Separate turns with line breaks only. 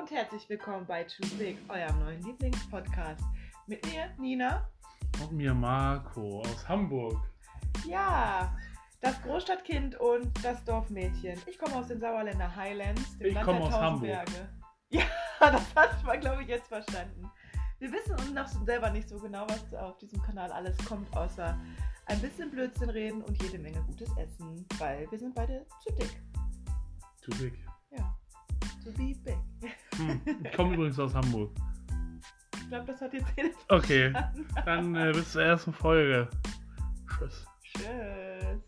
und herzlich willkommen bei Choose Big, eurem neuen Lieblingspodcast. Mit mir, Nina.
Und mir Marco aus Hamburg.
Ja, das Großstadtkind und das Dorfmädchen. Ich komme aus den Sauerländer Highlands, dem
Ich
Land
komme
der
aus
tausend
Hamburg.
Berge. Ja, das hat man, glaube ich, jetzt verstanden. Wir wissen uns noch selber nicht so genau, was auf diesem Kanal alles kommt, außer ein bisschen Blödsinn reden und jede Menge gutes Essen, weil wir sind beide zu dick.
Too big.
Ja, to be big.
Hm. Ich komme übrigens aus Hamburg.
Ich glaube, das hat jetzt jeder
Okay, dann äh, bis zur ersten Folge. Tschüss.
Tschüss.